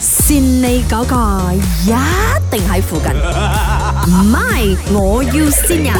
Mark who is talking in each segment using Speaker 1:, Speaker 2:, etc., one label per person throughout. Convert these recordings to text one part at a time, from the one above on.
Speaker 1: 善你嗰個一定喺附近，唔係我要線人。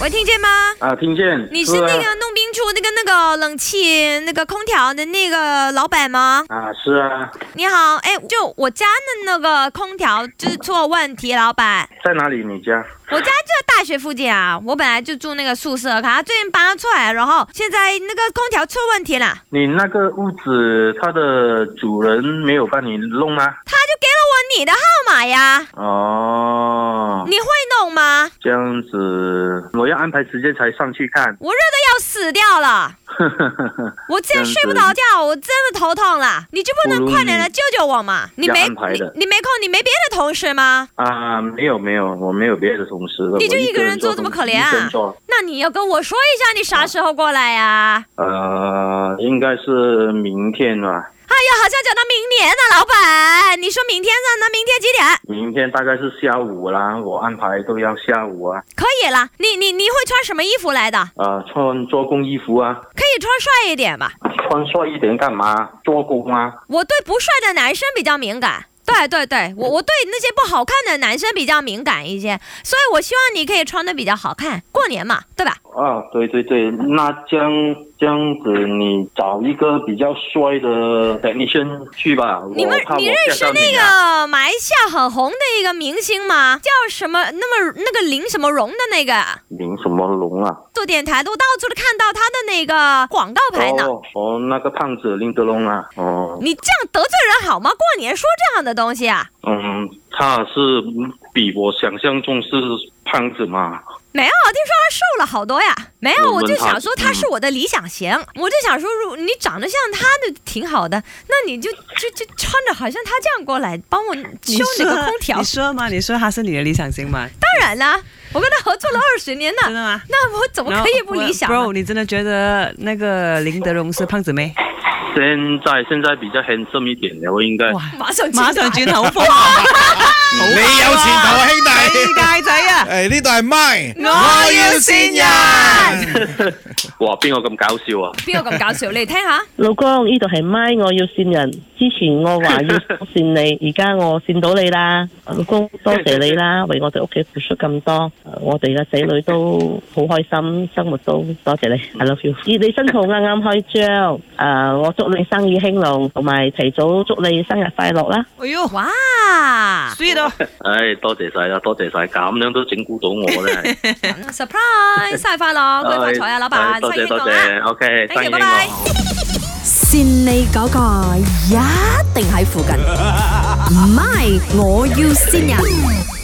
Speaker 2: 喂，听见吗？
Speaker 3: 啊，听见。
Speaker 2: 你是那个弄冰处那个那个冷气那个空调的那个老板吗？
Speaker 3: 啊？啊，是啊，
Speaker 2: 你好，哎，就我家的那个空调就是出了问题，老板。
Speaker 3: 在哪里？你家？
Speaker 2: 我家就在大学附近啊，我本来就住那个宿舍，可他最近搬了出来，然后现在那个空调出问题了，
Speaker 3: 你那个屋子，它的主人没有帮你弄吗？
Speaker 2: 他就给了我你的号码呀，
Speaker 3: 哦，
Speaker 2: 你会弄吗？
Speaker 3: 这样子，我要安排时间才上去看。
Speaker 2: 我热的要死掉了，我现在睡不着觉，我真的头痛了，你就不能快点来救救我吗？你没
Speaker 3: 要安排
Speaker 2: 你
Speaker 3: 的
Speaker 2: 你没空，你没别的同事吗？
Speaker 3: 啊，没有没有，我没有别的同事了。
Speaker 2: 你就
Speaker 3: 我
Speaker 2: 一
Speaker 3: 一
Speaker 2: 个人做
Speaker 3: 这
Speaker 2: 这么可怜啊
Speaker 3: 做，
Speaker 2: 那你要跟我说一下，你啥时候过来呀、
Speaker 3: 呃，应该是明天吧，
Speaker 2: 哎呀，好像讲到明年呢、老板，你说明天呢？那明天几点？
Speaker 3: 明天大概是下午啦，我安排都要下午啊。
Speaker 2: 可以了，你你你会穿什么衣服来的？
Speaker 3: 啊，穿做工衣服啊，
Speaker 2: 可以穿帅一点吧。
Speaker 3: 穿帅一点干嘛？做工啊。
Speaker 2: 我对不帅的男生比较敏感。对对对，我我对那些不好看的男生比较敏感一些，所以我希望你可以穿的比较好看。过年嘛，对吧？
Speaker 3: 啊，对对对，那这样这样子，你找一个比较帅的 technician 去吧。
Speaker 2: 你
Speaker 3: 我
Speaker 2: 们
Speaker 3: 怕我
Speaker 2: 你认识
Speaker 3: 吓到
Speaker 2: 那
Speaker 3: 你啊
Speaker 2: 个马来西亚很红的一个明星吗？叫什么？那么那个林什么荣的那个，
Speaker 3: 林什么龙啊？
Speaker 2: 做电台都到处都看到他的那个广告牌呢。
Speaker 3: 哦哦，那个胖子林德龙啊。哦，
Speaker 2: 你这样得罪人好吗？过年说这样的东西啊？
Speaker 3: 嗯，他是比我想象中是胖子嘛。
Speaker 2: 没有，听说他瘦了好多呀。没有，
Speaker 3: 我
Speaker 2: 我
Speaker 3: 问
Speaker 2: 就
Speaker 3: 他嗯
Speaker 2: 想说他是我的理想型，我就想说，如你长得像他就挺好的，那你就就就穿着好像他这样过来帮我
Speaker 4: 你
Speaker 2: 修那
Speaker 4: 说
Speaker 2: 个空调
Speaker 4: 你。说嘛？你说他是你的理想型 嘛？
Speaker 2: 当然啦，我跟他合作了二十年
Speaker 4: 真
Speaker 2: 呢，
Speaker 4: 的吗？
Speaker 2: 那我怎么可以不理想呢
Speaker 4: 然后？？Bro，你真的觉得那个林德荣是胖子妹？
Speaker 3: 现在现在比较 handsome 一点了，应该。
Speaker 4: 哇！
Speaker 2: 马上
Speaker 4: 馬上
Speaker 2: 轉
Speaker 4: 轉頭風 啊！
Speaker 5: 你有前途啊，兄弟！
Speaker 4: 哎大仔啊！
Speaker 5: 诶，呢度系 My，
Speaker 4: 我要線人。
Speaker 3: 哇，边个咁搞笑啊？
Speaker 2: 邊個咁搞笑？你哋聽下。
Speaker 6: 老公，呢度系咪我要善人？之前我話要善你，而家我善到你啦。老公，多謝你啦，為我哋屋企付出咁多，呃我哋嘅仔女都好開心，生活都多謝你，I love you。而你新抱啱啱開張，诶、我祝你生意興隆，同埋提早祝你生日快樂啦。
Speaker 4: 哎呦，
Speaker 2: 哇！
Speaker 4: 衰到
Speaker 3: 唉、哎多謝晒啦，多謝晒，咁樣都整蠱到我咧。
Speaker 2: surprise，生日快樂，恭喜發財啊，老闆，
Speaker 3: 唉哎多
Speaker 2: 生意興
Speaker 3: 謝多
Speaker 2: 隆啊！
Speaker 3: 謝，OK，
Speaker 2: Thank
Speaker 3: 生
Speaker 2: you，
Speaker 3: 意
Speaker 2: 拜拜
Speaker 3: 興隆。
Speaker 1: 善你嗰個一定喺附近，唔係我要線人。